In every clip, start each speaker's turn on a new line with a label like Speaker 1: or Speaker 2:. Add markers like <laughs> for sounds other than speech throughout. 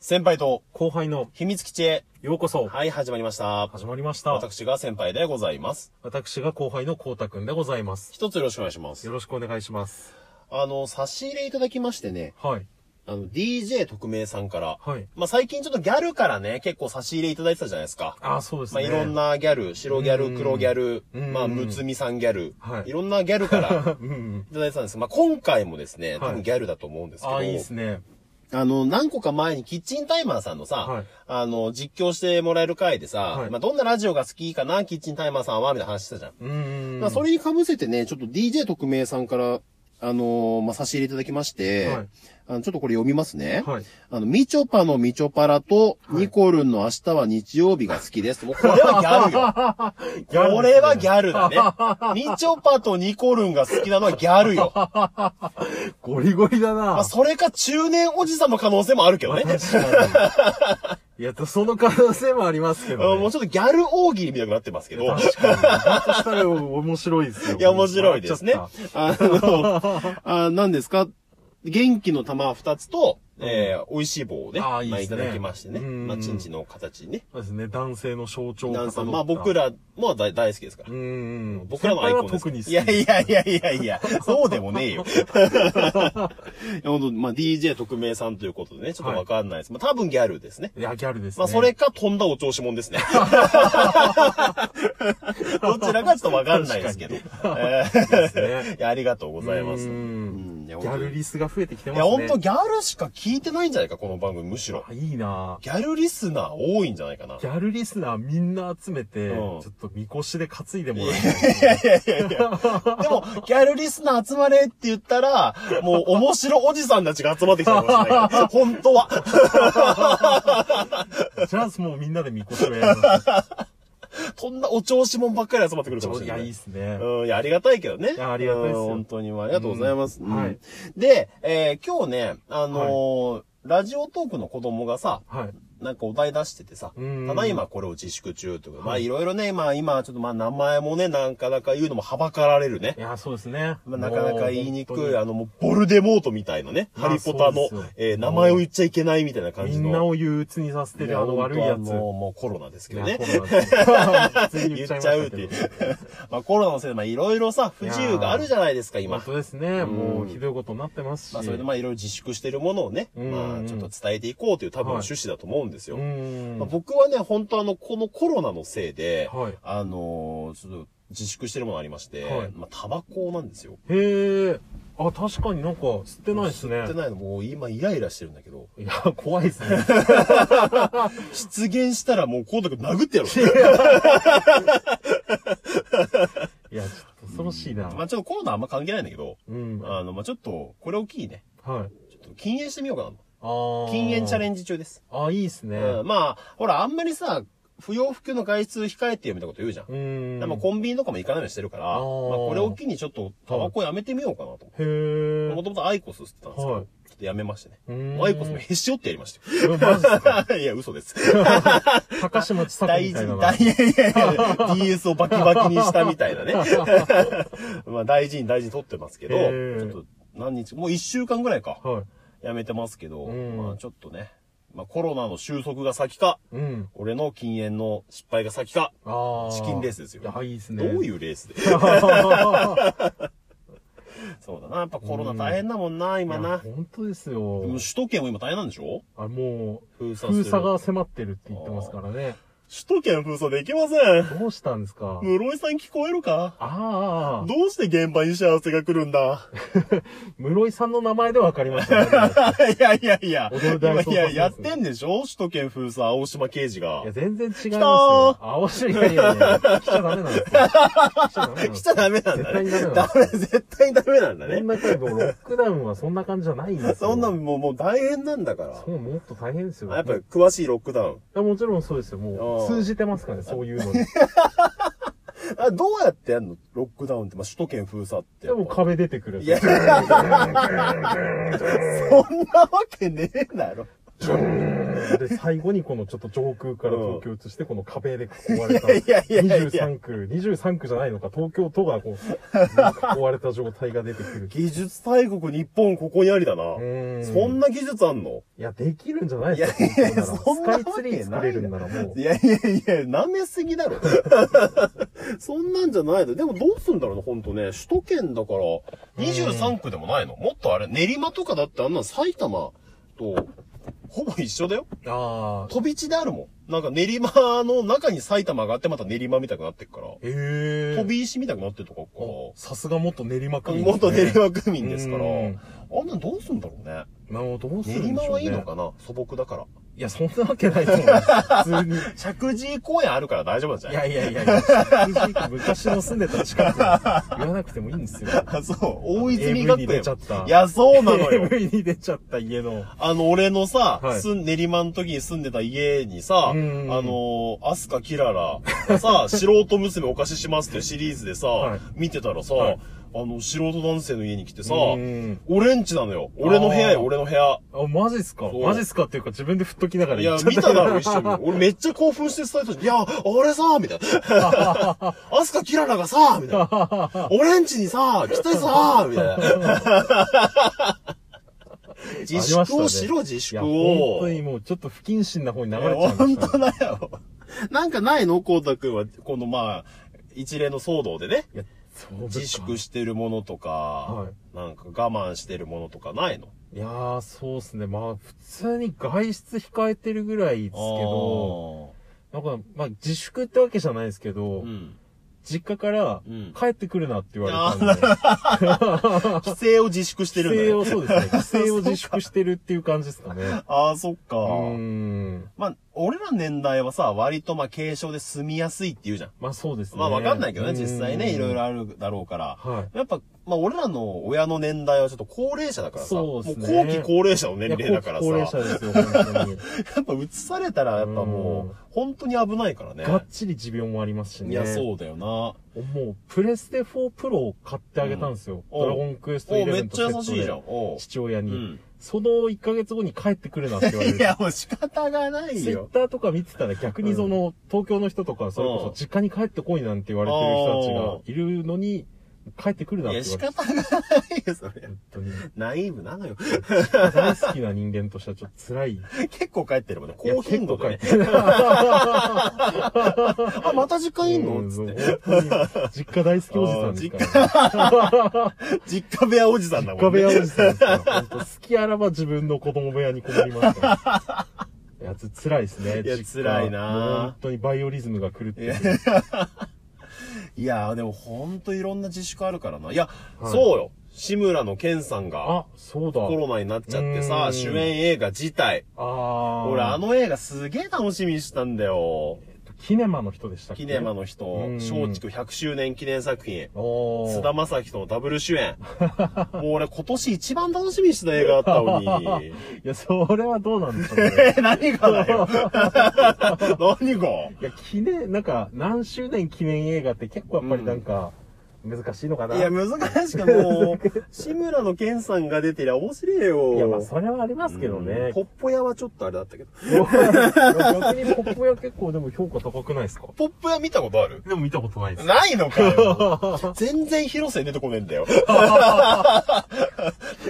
Speaker 1: 先輩と
Speaker 2: 後輩の
Speaker 1: 秘密基地へ。
Speaker 2: ようこそ、
Speaker 1: はい、始まりました。
Speaker 2: 始まりました。
Speaker 1: 私が先輩でございます。
Speaker 2: 私が後輩のこうたくんでございます。
Speaker 1: 一つよろしくお願いします
Speaker 2: よ。ろしくお願いします。
Speaker 1: あの、差し入れいただきましてね、
Speaker 2: はい。
Speaker 1: あの、DJ 特命さんから、
Speaker 2: はい
Speaker 1: まあ、最近ちょっとギャルからね、結構差し入れいただいてたじゃないですか。
Speaker 2: ああ、そうです
Speaker 1: まあ、
Speaker 2: ね。
Speaker 1: いろん。なギャル、白ギャ
Speaker 2: う
Speaker 1: ル、
Speaker 2: ん
Speaker 1: 黒ギャル、
Speaker 2: うん
Speaker 1: まあ、むつみさんギャル、
Speaker 2: はい
Speaker 1: いろんなギャルから
Speaker 2: <laughs> うん。
Speaker 1: いただいてたんですまあ、今回もですね、
Speaker 2: はい
Speaker 1: 多分ギャルだと思うんですけど、
Speaker 2: ああ、いいですね。
Speaker 1: あの、何個か前にキッチンタイマーさんのさ、
Speaker 2: はい
Speaker 1: あの、実況してもらえる回でさ、
Speaker 2: はい
Speaker 1: まあ、どんなラジオが好きかな、キッチンタイマーさんは、みたいな話してたじゃん。
Speaker 2: うん。
Speaker 1: まあ、それに被せてね、ちょっと DJ 特命さんから、あのーまあ、差し入れいただきまして、
Speaker 2: はい
Speaker 1: あの、ちょっとこれ読みますね。
Speaker 2: はい。
Speaker 1: あの、みちょぱのみちょぱらと、ニコルンの明日は日曜日が好きです。もうこれはギャルよ。
Speaker 2: <laughs> ギャルですね
Speaker 1: これはギャルだね。みちょぱとニコルンが好きなのはギャル
Speaker 2: <laughs>
Speaker 1: よ。ま
Speaker 2: ゴリゴリだな。
Speaker 1: あ、それか中年おじさんの可能性もあるけどね。
Speaker 2: 確かに。いや、その可能性もありますけど、
Speaker 1: う
Speaker 2: ね。
Speaker 1: んもうちょっとギャル大喜利みたいになってますけど。
Speaker 2: 確かに。だとしたら面白いですよ。
Speaker 1: いや、面白いですね
Speaker 2: 笑っちゃっ。
Speaker 1: あの、あ何ですか元気の玉二つと、えー、美味しい棒をね、
Speaker 2: あーいい
Speaker 1: まあ
Speaker 2: で
Speaker 1: い
Speaker 2: すね
Speaker 1: ただきましてね。
Speaker 2: うん
Speaker 1: まあ、チンチンの形にね。
Speaker 2: たそうですね。男性の象徴をか
Speaker 1: ダ
Speaker 2: たどった
Speaker 1: ンさん、まあ僕。らも大大好きですから
Speaker 2: う。ん。
Speaker 1: 僕らのアイコンです。
Speaker 2: 先輩は特に好き。
Speaker 1: いやいやいやいやい
Speaker 2: <laughs>
Speaker 1: や、そうでもねえよ。いや本当まあ DJ 特命さんということでね、ちょっとわかんないです。まあ多分ギャルですね。
Speaker 2: いや、ギャルですね。
Speaker 1: まあ、それか飛んだお調子者です
Speaker 2: <laughs>
Speaker 1: ね。どちらかちょっとわかんないですけど。え
Speaker 2: ですね
Speaker 1: ー <laughs> いや、ありがとうございます。
Speaker 2: う
Speaker 1: うんい
Speaker 2: んギ
Speaker 1: や本当
Speaker 2: ャ
Speaker 1: に
Speaker 2: ルリスが増えてきて
Speaker 1: い
Speaker 2: ます
Speaker 1: や、
Speaker 2: ね。
Speaker 1: ほんとギャルしか聞いてないんじゃないか、この番組、むしろ。
Speaker 2: あいいな
Speaker 1: ギャルリスナー多いんじゃないか
Speaker 2: <laughs>
Speaker 1: な。い
Speaker 2: ギャルリスナーみんな集めて、
Speaker 1: うん
Speaker 2: ちょっとみこしで担いでもらい
Speaker 1: やいやいやいや。でも、ギャルリスナー集まれって言ったら、もう面白おじさんたちが集まってきたかもしれないから。
Speaker 2: <laughs>
Speaker 1: 本当は。
Speaker 2: たい。じゃあもうみんなでみこしをやりま
Speaker 1: とんだお調子者ばっかり集まってくる
Speaker 2: し
Speaker 1: かもし
Speaker 2: ょう。い
Speaker 1: れな
Speaker 2: や、
Speaker 1: い。
Speaker 2: いいっすね。
Speaker 1: うん、いや、ありがたいけどね。
Speaker 2: いやありがたいですよ
Speaker 1: うん本当に、まあ、ありがとうございます。
Speaker 2: うんはい
Speaker 1: で、えー今日ね、あのーラジオトークの子供がさ、
Speaker 2: はい。
Speaker 1: なんかお題出しててさ、
Speaker 2: うん
Speaker 1: ただ今これを自粛中とか、まあ
Speaker 2: はい
Speaker 1: いろいろね、まあ今ちょっとまあ名前もね、なんかなんか言うのもはばかられるね
Speaker 2: い。や、そうですね。
Speaker 1: まあ、なかなか言いに
Speaker 2: も
Speaker 1: くい、
Speaker 2: う
Speaker 1: あのもうボルデモートみたいなね、
Speaker 2: まあ
Speaker 1: ハリポタの
Speaker 2: そうですよ、
Speaker 1: えー名前を言っちゃいけないみたいな
Speaker 2: 本当
Speaker 1: 感
Speaker 2: に
Speaker 1: じ
Speaker 2: み
Speaker 1: の。
Speaker 2: んなを憂鬱にさせて
Speaker 1: ね
Speaker 2: るあの悪いや
Speaker 1: 本
Speaker 2: つ
Speaker 1: 当は。もうもうコロナですけどね。
Speaker 2: 普通に
Speaker 1: 言っちゃうっていう。まあコロナのせいで、まあいろいろさ、不自由があるじゃないですか、今
Speaker 2: 本。当ですね。もうひどいことになってますし。
Speaker 1: まあそれでまあいろいろ自粛してるものをね、
Speaker 2: うん
Speaker 1: まあちょっと伝えていこうという多分
Speaker 2: はい
Speaker 1: 趣旨だと思うんですよ。
Speaker 2: うん
Speaker 1: まあ、。僕はね、本当あの、このコロナのせいで、
Speaker 2: はい
Speaker 1: あのーちょっと自粛してるものありまして、
Speaker 2: はい
Speaker 1: まあタバコなんですよ。
Speaker 2: へえ。あ、確かになんか吸ってないですね
Speaker 1: 吸って。ないの、もう今イライラしてるんだけど、
Speaker 2: いや、怖いですね。
Speaker 1: 出現したらもうこうだく殴ってやろう。
Speaker 2: <laughs> いや、ちょっと恐ろしいな。
Speaker 1: まあちょっとコロナあんま関係ないんだけど、
Speaker 2: うん。はい。
Speaker 1: あの、まあちょっと、これを機にね、
Speaker 2: あ
Speaker 1: ちょっと禁煙してみようかなと。
Speaker 2: あ。
Speaker 1: 禁煙チャレ
Speaker 2: ンジ。
Speaker 1: ンジ中です。
Speaker 2: ああ、いいですね。
Speaker 1: うん、まあ、ほら、あんまりさ、不要不急の外出控えてよみたいなこと言うじゃん。
Speaker 2: うん。
Speaker 1: でもコンビニとかも行かないようにしてるから、まあ
Speaker 2: あー
Speaker 1: これを機にちょっとタバコやめてみようかなと。
Speaker 2: へえ。
Speaker 1: もともとアイコス吸ってたんですけど、
Speaker 2: はい
Speaker 1: ちょっとやめましてね。
Speaker 2: うーん
Speaker 1: アイコスもへし折ってやりまし
Speaker 2: うんマジっすか。 <laughs>
Speaker 1: たよ。いや、嘘です。
Speaker 2: 高島ちさ子
Speaker 1: 大
Speaker 2: みた
Speaker 1: 事
Speaker 2: いな
Speaker 1: に、大
Speaker 2: の。
Speaker 1: いやいやいや DS をバキバキにしたみたいな
Speaker 2: <laughs>
Speaker 1: ね。まあ大事に大事に取ってますけど、
Speaker 2: へー
Speaker 1: ちょっと何日、もう一週間ぐらいか、
Speaker 2: はい。
Speaker 1: やめてますけど、
Speaker 2: うん
Speaker 1: まあちょっとね、まあコロナの収束が先か、
Speaker 2: うん。
Speaker 1: 俺の禁煙の失敗が先か、
Speaker 2: ああ。
Speaker 1: チキンレースですよ
Speaker 2: いや、いいです
Speaker 1: ど
Speaker 2: ね。。
Speaker 1: ういう
Speaker 2: <laughs>
Speaker 1: うレースで
Speaker 2: い
Speaker 1: そうだな。やっぱコロナ大変だもんな、今
Speaker 2: や、
Speaker 1: な。
Speaker 2: 本当ですよ
Speaker 1: でも。首都圏も今大変なんでしょ
Speaker 2: あ、も
Speaker 1: 封
Speaker 2: う、
Speaker 1: 鎖する
Speaker 2: 封鎖が迫ってるって言ってますからね。
Speaker 1: 首都圏封鎖できません。
Speaker 2: どうしたんですか
Speaker 1: 室井さん聞こえるか
Speaker 2: ああ。
Speaker 1: どうして現場に幸せが来るんだ
Speaker 2: 室井さんの名前でわかりましたね。
Speaker 1: <laughs> いやいやいや。
Speaker 2: 踊る大捜査
Speaker 1: いや、
Speaker 2: 線
Speaker 1: やってんでしょ首都圏封鎖、青島刑事が
Speaker 2: いや、。全然違います
Speaker 1: たー
Speaker 2: よ。青白いやいやいや。来ちゃダメなんですよ。来ちゃダメな
Speaker 1: し <laughs> ちゃダメな
Speaker 2: んです
Speaker 1: んだね。
Speaker 2: 絶対ダ
Speaker 1: ダメ、絶対ダメなんだ
Speaker 2: こん
Speaker 1: ね。
Speaker 2: なけど、ロックダウンはそんな感じじゃないんですよ。
Speaker 1: そんなもう、もう大変なんだか
Speaker 2: そう、もっと大変ですよ。
Speaker 1: ら。やっぱり詳しいロックダウン。
Speaker 2: ぱもちろんそうですよ。も
Speaker 1: ああ
Speaker 2: う、通じてますからね、そうい
Speaker 1: <laughs>
Speaker 2: うのに。
Speaker 1: あ、どうやってやんのロックダウンって、まあ、首都圏封鎖って。
Speaker 2: でも壁
Speaker 1: <laughs>
Speaker 2: 出てくるん
Speaker 1: い
Speaker 2: で
Speaker 1: や、
Speaker 2: す
Speaker 1: そん
Speaker 2: よ。
Speaker 1: なわけねえだろ。
Speaker 2: ドゥーンで、最後にこのちょっと上空から東京映して、この壁で囲われ
Speaker 1: <laughs>
Speaker 2: た。
Speaker 1: いやいやいやいや
Speaker 2: 23区、23区じゃないのか、東京都がこう、囲 <laughs> われた状態が出てくる。
Speaker 1: 技術大国日本ここにありだな。
Speaker 2: ーん
Speaker 1: そんな技術あんの
Speaker 2: いや、できるんじゃないですか
Speaker 1: いやいや
Speaker 2: 東京なら
Speaker 1: そんなわけ
Speaker 2: スカイツリー作れるんならもう
Speaker 1: い。やいやいや、舐めすぎだろ。 <laughs> そんなんじゃないの。でもどうすんだろうね、ほんとね。首都圏だから、23区でもないの。もっとあれ、練馬とかだってあんな埼玉と、ほぼ一緒だよ。
Speaker 2: ああ。
Speaker 1: 飛び地であるもん。なんか練馬の中に埼玉があってまた練馬みたくなってっから。
Speaker 2: ええ
Speaker 1: 飛び石みたくなってるとこか
Speaker 2: おさすが元練馬区民です
Speaker 1: 元
Speaker 2: ね。
Speaker 1: 練馬区民ですから。
Speaker 2: うん
Speaker 1: あんなんどうすんだろうね。
Speaker 2: まあ、どうするんでし
Speaker 1: 練、馬
Speaker 2: ょう、ね
Speaker 1: はいいのかな素朴だから。
Speaker 2: いや、そんなわけない <laughs> と思う。普通に。
Speaker 1: 石神井公園あるから大丈夫なんじゃ
Speaker 2: い
Speaker 1: ない
Speaker 2: やいやいやいや、昔の住んでた近くは言わなくてもいいんですよ。
Speaker 1: あ、そう。大泉学
Speaker 2: AV に
Speaker 1: 園。
Speaker 2: 出ちゃった
Speaker 1: いや、そうなの
Speaker 2: <laughs>
Speaker 1: よ。
Speaker 2: AV に出ちゃった家の。
Speaker 1: あの、俺のさ、
Speaker 2: はい
Speaker 1: 住ん、練馬の時に住んでた家にさ、あ
Speaker 2: うんうんうん
Speaker 1: の、アスカキララがさ、
Speaker 2: <laughs>
Speaker 1: 素人娘お貸ししますっていうシリーズでさ、
Speaker 2: はい
Speaker 1: 見てたらさ、
Speaker 2: はい
Speaker 1: あの、素人男性の家に来てさ、
Speaker 2: うん
Speaker 1: 俺んちなのよ。俺の部屋
Speaker 2: あ
Speaker 1: よ、
Speaker 2: ー
Speaker 1: 俺の部屋。
Speaker 2: あ、マジっすか
Speaker 1: そう
Speaker 2: マジっすかっていうか自分で振っときながら
Speaker 1: い
Speaker 2: 言
Speaker 1: や
Speaker 2: っ、ちゃっ
Speaker 1: 見ただろ、一
Speaker 2: <laughs>
Speaker 1: 緒に。
Speaker 2: た。
Speaker 1: 俺めっちゃ興奮して伝えたし、いや、あれさ、みたいな。
Speaker 2: <laughs>
Speaker 1: アスカキララがさ、みたいな。俺んちにさ、来てさ、みたいな。自粛をしろ、自
Speaker 2: いや、
Speaker 1: 粛
Speaker 2: 本
Speaker 1: を。
Speaker 2: 当にもうちょっと不謹慎な方に流れちゃいま
Speaker 1: 本
Speaker 2: したね。
Speaker 1: 当だよ。なんかないのこうたくんは、このまあ、一連の騒動でね。
Speaker 2: いや、そうですか
Speaker 1: 自粛してるものとか、なんか我慢してるものとかないの
Speaker 2: いやー、そうっすね。まあ、普通に外出控えてるぐらいですけど、なんか、まあ、自粛ってわけじゃないですけど、
Speaker 1: あーうん。
Speaker 2: 実家から
Speaker 1: うん
Speaker 2: 帰ってくるなって言われたんで、
Speaker 1: 規制を自粛してるんだ
Speaker 2: 帰省
Speaker 1: よ
Speaker 2: を、そうです
Speaker 1: <laughs>
Speaker 2: ね、帰省を自粛してるっていう感じですかね。
Speaker 1: ああ、そっか。
Speaker 2: うーん。
Speaker 1: まあ、俺らの年代はさ、割とまあ、軽症で住みやすいって言うじゃん。
Speaker 2: まあそうですね。
Speaker 1: まあ、わかんないけどね、実際ね、いろいろ
Speaker 2: あ
Speaker 1: あるだろうから。
Speaker 2: はい。
Speaker 1: やっぱ、まあ、俺らの親の年代はちょっと高齢者だからさ、
Speaker 2: そうですね
Speaker 1: もう後期高齢者の年齢だからさ、
Speaker 2: いや後期高齢者ですよ、
Speaker 1: <laughs>
Speaker 2: 本当に。
Speaker 1: やっぱ移されたら、やっぱも
Speaker 2: うん
Speaker 1: う、本当に危ないからね。
Speaker 2: がっちり持病もありますしね。
Speaker 1: いや、そうだよな。
Speaker 2: もう、プレステ4プロを買ってあげたんですよ。
Speaker 1: うんおう
Speaker 2: ドラゴンクエスト
Speaker 1: おめ
Speaker 2: 11
Speaker 1: っち
Speaker 2: とセ
Speaker 1: ゃ
Speaker 2: ッ
Speaker 1: 優
Speaker 2: ト
Speaker 1: しいじゃん。
Speaker 2: で、
Speaker 1: おう
Speaker 2: 父親
Speaker 1: う
Speaker 2: に、
Speaker 1: ん。
Speaker 2: その1ヶ月後に帰ってくるなって言われる。
Speaker 1: いや、もう仕方がない
Speaker 2: ツイッ
Speaker 1: よ。
Speaker 2: ターとか見てたら逆にその、東京の人とか、それこそ実家に帰ってこいなんて言われてる人たちがいるのに、帰ってくるなっ
Speaker 1: い
Speaker 2: て
Speaker 1: や、
Speaker 2: 言
Speaker 1: 仕
Speaker 2: われて。
Speaker 1: 方がないよ、それ。
Speaker 2: 本当に。
Speaker 1: ナイーブなのよ。 <laughs>
Speaker 2: 大好きな人間としてはちょっと辛 <laughs> い。
Speaker 1: 結構帰ってるもんね。高頻度で、ね。
Speaker 2: いや結構帰ってる。
Speaker 1: あ、また実家いんの
Speaker 2: うん
Speaker 1: つって。
Speaker 2: 本当に実家大好きおじさんですから。
Speaker 1: 実家部屋おじさんだ
Speaker 2: 実
Speaker 1: も
Speaker 2: 家
Speaker 1: ん
Speaker 2: 部
Speaker 1: ね。
Speaker 2: 屋おじさんですから。本当好きあらば自分の子供部屋にこもりますから。いや、つ辛いですね。
Speaker 1: いや
Speaker 2: 実家
Speaker 1: 辛いな
Speaker 2: もう本当にバイオリズムが狂ってる。
Speaker 1: いやー、でもほんといろんな自粛あるからな。いや、
Speaker 2: はい
Speaker 1: そうよ。志村の健さんが
Speaker 2: あ、そうだ。
Speaker 1: コロナになっちゃって
Speaker 2: う
Speaker 1: さ
Speaker 2: ん、
Speaker 1: 主演映画自体。
Speaker 2: ああ。
Speaker 1: 俺あ、の映画すげえ楽しみにしたんだよ。
Speaker 2: キネマの人でしたっけ
Speaker 1: キネマ。の人、
Speaker 2: うん
Speaker 1: 松竹100周年記念作品。
Speaker 2: おー。
Speaker 1: 菅田将暉とのダブル主演。もう俺今年一番楽しみにしてた映画あったの <laughs> に。
Speaker 2: いや、それはどうなんで
Speaker 1: <laughs>
Speaker 2: しょうね。
Speaker 1: え何がだよ。何が
Speaker 2: いや、記念、なんか、何周年記念映画って結構やっぱりなんか、難しいのかな。
Speaker 1: いや、難しくもう、志村の健さんが出てりゃ面白いよ。
Speaker 2: いや、まあ、それはありますけど
Speaker 1: うん
Speaker 2: ね。
Speaker 1: ポッポ屋はちょっとあれだったけど。
Speaker 2: <laughs> 逆にポップ屋結構でも評価高くないですか
Speaker 1: ポップ屋見たことある
Speaker 2: でも見たことな
Speaker 1: <laughs>
Speaker 2: いで。
Speaker 1: ないのか
Speaker 2: <laughs>
Speaker 1: よ。全然広瀬出てこねえんだよ。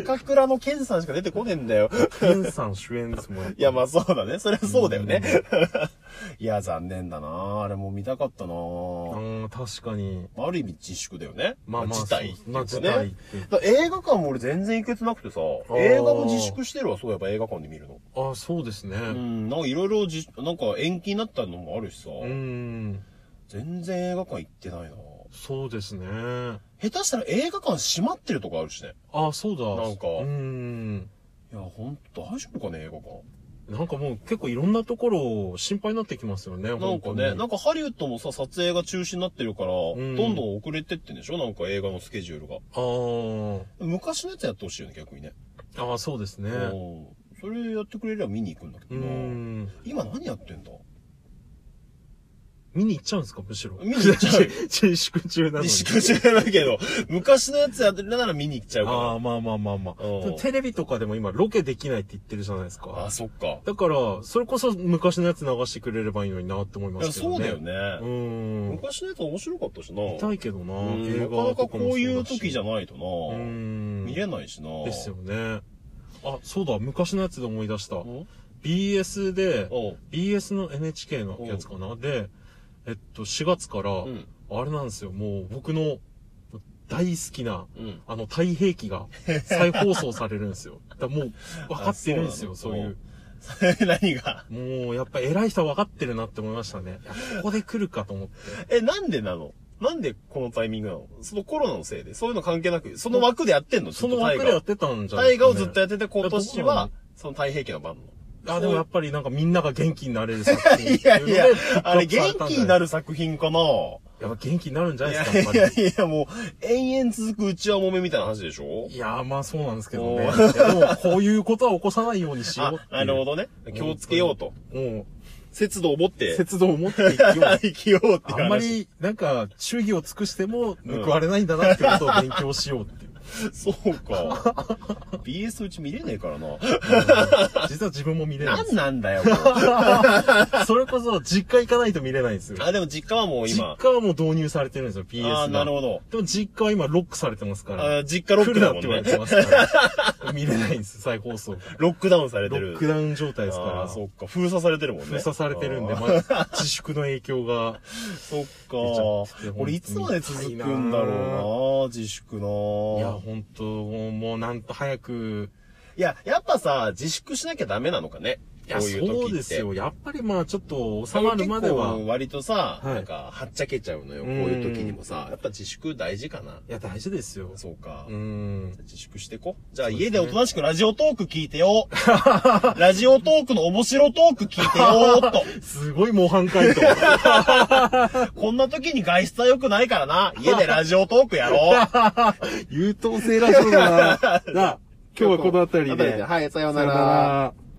Speaker 1: 高倉の健さんしか出てこねえんだよ。
Speaker 2: ケンさん主演ですもん。
Speaker 1: いや、まあそうだね。それはそうだよね。いや、残念だなあれも見たかったな
Speaker 2: う
Speaker 1: あ
Speaker 2: ん、確かに。
Speaker 1: ある意味自粛だよね。
Speaker 2: まあまあ、
Speaker 1: 自体っていう
Speaker 2: まあ、
Speaker 1: か
Speaker 2: 自
Speaker 1: ね
Speaker 2: 体。っていうか。
Speaker 1: だから映画館も俺全然行けてなくてさ、
Speaker 2: ー
Speaker 1: 映画も自粛してるわ、そういえば映画館で見るの。
Speaker 2: ああ、そうですね。
Speaker 1: うん、なんかいろいろじ、なんか延期になったのもあるしさ、
Speaker 2: うん、
Speaker 1: 全然映画館行ってないな
Speaker 2: そうですね。
Speaker 1: 下手したら映画館閉まってるとこあるしね。
Speaker 2: ああ、そうだ。
Speaker 1: なんか
Speaker 2: うん。
Speaker 1: いや、ほんと大丈夫かね、映画館。
Speaker 2: なんかもう結構いろんなところ心配になってきますよね、
Speaker 1: なんかね、な
Speaker 2: 本
Speaker 1: んかハリウッドもさ、撮影が中止になってるから、
Speaker 2: ん
Speaker 1: どんどん遅れてってんでしょなんか映画のスケジュールが。
Speaker 2: 当に
Speaker 1: 昔のやつやってほしいよね、逆にね。
Speaker 2: ああ、ああ、そうですね。
Speaker 1: うんそれやってくれれば見に行くんだけ
Speaker 2: う
Speaker 1: どな。
Speaker 2: ん。
Speaker 1: 今何やってんだ
Speaker 2: 見に行っちゃうんですかむしろ。
Speaker 1: 見に行っちゃう
Speaker 2: <laughs> 自粛中なのに。
Speaker 1: 自粛中だけど、昔のやつやってるなら見に行っちゃう
Speaker 2: あ
Speaker 1: か
Speaker 2: あ、まあまあまあま
Speaker 1: うん
Speaker 2: あ。テレビとかでも今ロケできないって言ってるじゃないです
Speaker 1: ら。あ
Speaker 2: か
Speaker 1: あ、。そっか。
Speaker 2: だから、それこそ昔のやつ流してくれればいいのになって思いま
Speaker 1: いや、
Speaker 2: すけどね。
Speaker 1: そうだよ。
Speaker 2: う
Speaker 1: ね。
Speaker 2: ーん。
Speaker 1: 昔のやつ面白かったしな。
Speaker 2: 見たいけどな、
Speaker 1: うん
Speaker 2: 映
Speaker 1: なか
Speaker 2: 画
Speaker 1: なか
Speaker 2: と
Speaker 1: こ
Speaker 2: か
Speaker 1: う
Speaker 2: もそうだし
Speaker 1: いう時じゃないと
Speaker 2: うー
Speaker 1: な。
Speaker 2: ん。
Speaker 1: 見れないしな。
Speaker 2: ですよね。あ、そうだ、昔のやつで思い出した。
Speaker 1: ん。
Speaker 2: BS で、
Speaker 1: おう
Speaker 2: BS の NHK のやつかな。で、えっと、4月から、
Speaker 1: うん。
Speaker 2: あれなんですよ、もう僕の大好きな、 <laughs>
Speaker 1: うん。
Speaker 2: あの、太平記が再放送されるんで
Speaker 1: <laughs>
Speaker 2: すよ。だからもう、分かってるんですよ、
Speaker 1: あ
Speaker 2: そ
Speaker 1: そう
Speaker 2: う
Speaker 1: な
Speaker 2: い
Speaker 1: の
Speaker 2: う。
Speaker 1: 何が
Speaker 2: もう、やっぱ偉い人は分かってるなって思いましたね。いやここで来るかと思って。
Speaker 1: え、なんでなのなんでこのタイミングなのそのコロナのせいで、そういうの関係なく、その枠でやってんの
Speaker 2: その枠でやってたんじゃな
Speaker 1: 大
Speaker 2: いですか、
Speaker 1: 河
Speaker 2: ね。
Speaker 1: をずっとやってて、今年は
Speaker 2: どこ、
Speaker 1: その太平記の番の。
Speaker 2: あ、でもやっぱりなんかみんなが元気になれる作品っ
Speaker 1: い
Speaker 2: て
Speaker 1: や
Speaker 2: いうの
Speaker 1: い
Speaker 2: で。
Speaker 1: や、あれ
Speaker 2: ピックア
Speaker 1: 元
Speaker 2: ップさたん
Speaker 1: 気
Speaker 2: じゃ
Speaker 1: に
Speaker 2: な
Speaker 1: ないる作品かな
Speaker 2: やっぱ元気になるんじゃない
Speaker 1: い
Speaker 2: で
Speaker 1: や
Speaker 2: すか、
Speaker 1: い
Speaker 2: やっぱり。
Speaker 1: やいや、もう、延々続くうちはもめみたいな話でしょ
Speaker 2: いや、まあそうなんですけどね。い
Speaker 1: お
Speaker 2: やでも、こういうことは起こさないようにしよう
Speaker 1: あ
Speaker 2: っていう。、
Speaker 1: なるほどね。気をつけようと。
Speaker 2: も
Speaker 1: 節度を持っ
Speaker 2: う、
Speaker 1: て、
Speaker 2: 節度を持ってい
Speaker 1: <laughs>
Speaker 2: きよう。
Speaker 1: 生きようっていう話。
Speaker 2: あんまり、なんか、忠義を尽くしても報われないんだなってことを勉強しよう
Speaker 1: <laughs>
Speaker 2: っていう。
Speaker 1: そう
Speaker 2: <laughs>
Speaker 1: か。BS うち見れねえからな。
Speaker 2: 実は自分も見れないん
Speaker 1: な
Speaker 2: で
Speaker 1: んなんだよ、もう。
Speaker 2: す。それこそ、実家行かないと見れないんですよ。
Speaker 1: あ、でも実家はもう
Speaker 2: 実
Speaker 1: 今。
Speaker 2: 家はもう導入されてるんですよ、PS が。
Speaker 1: あーなるほど。
Speaker 2: でも実家は今ロックされてますから。
Speaker 1: あ実家ロックだもん
Speaker 2: 来るなっ
Speaker 1: ね。
Speaker 2: て言われてま
Speaker 1: <laughs>
Speaker 2: すから。見れないんです、再放送が。
Speaker 1: ロックダウンされ
Speaker 2: ロ
Speaker 1: てる。
Speaker 2: ックダウン状態ですか
Speaker 1: あ
Speaker 2: ら
Speaker 1: ー。そっか。封鎖されてるもんね。
Speaker 2: 封鎖されてるんで、
Speaker 1: あー
Speaker 2: まあ、自粛の影
Speaker 1: <laughs>
Speaker 2: 響が。
Speaker 1: そっ
Speaker 2: ちゃってて
Speaker 1: か
Speaker 2: 本。当に
Speaker 1: 俺いつまで続くんだろうな、自粛な。
Speaker 2: いや、ほんと、もうなんと早く。
Speaker 1: いや、やっぱさ、自粛しなきゃダメなのかね。
Speaker 2: い
Speaker 1: こ
Speaker 2: や、
Speaker 1: ういう時って。
Speaker 2: そうですよ。やっぱりまあ、ちょっと収まるまでは。
Speaker 1: 結構
Speaker 2: い
Speaker 1: 割とさ、
Speaker 2: はい
Speaker 1: なんか、はっちゃけちゃうのよ。こういう時にもさ、やっぱ自粛大事かな。
Speaker 2: や、大事ですよ。
Speaker 1: そうか。
Speaker 2: うん。
Speaker 1: 自粛してこ。じゃあ、家でおとなしくラジオトーク聞いてよ。ラジオトークの面白トーク聞いてよーっと。
Speaker 2: すごい模範解答。 <laughs>
Speaker 1: こんな時に外出は良くないからな。家でラジオトークやろう。
Speaker 2: <laughs> 優等生ラジオだな。な、今日はこの辺り
Speaker 1: <laughs>
Speaker 2: で。
Speaker 1: はい、さよう
Speaker 2: さよなら。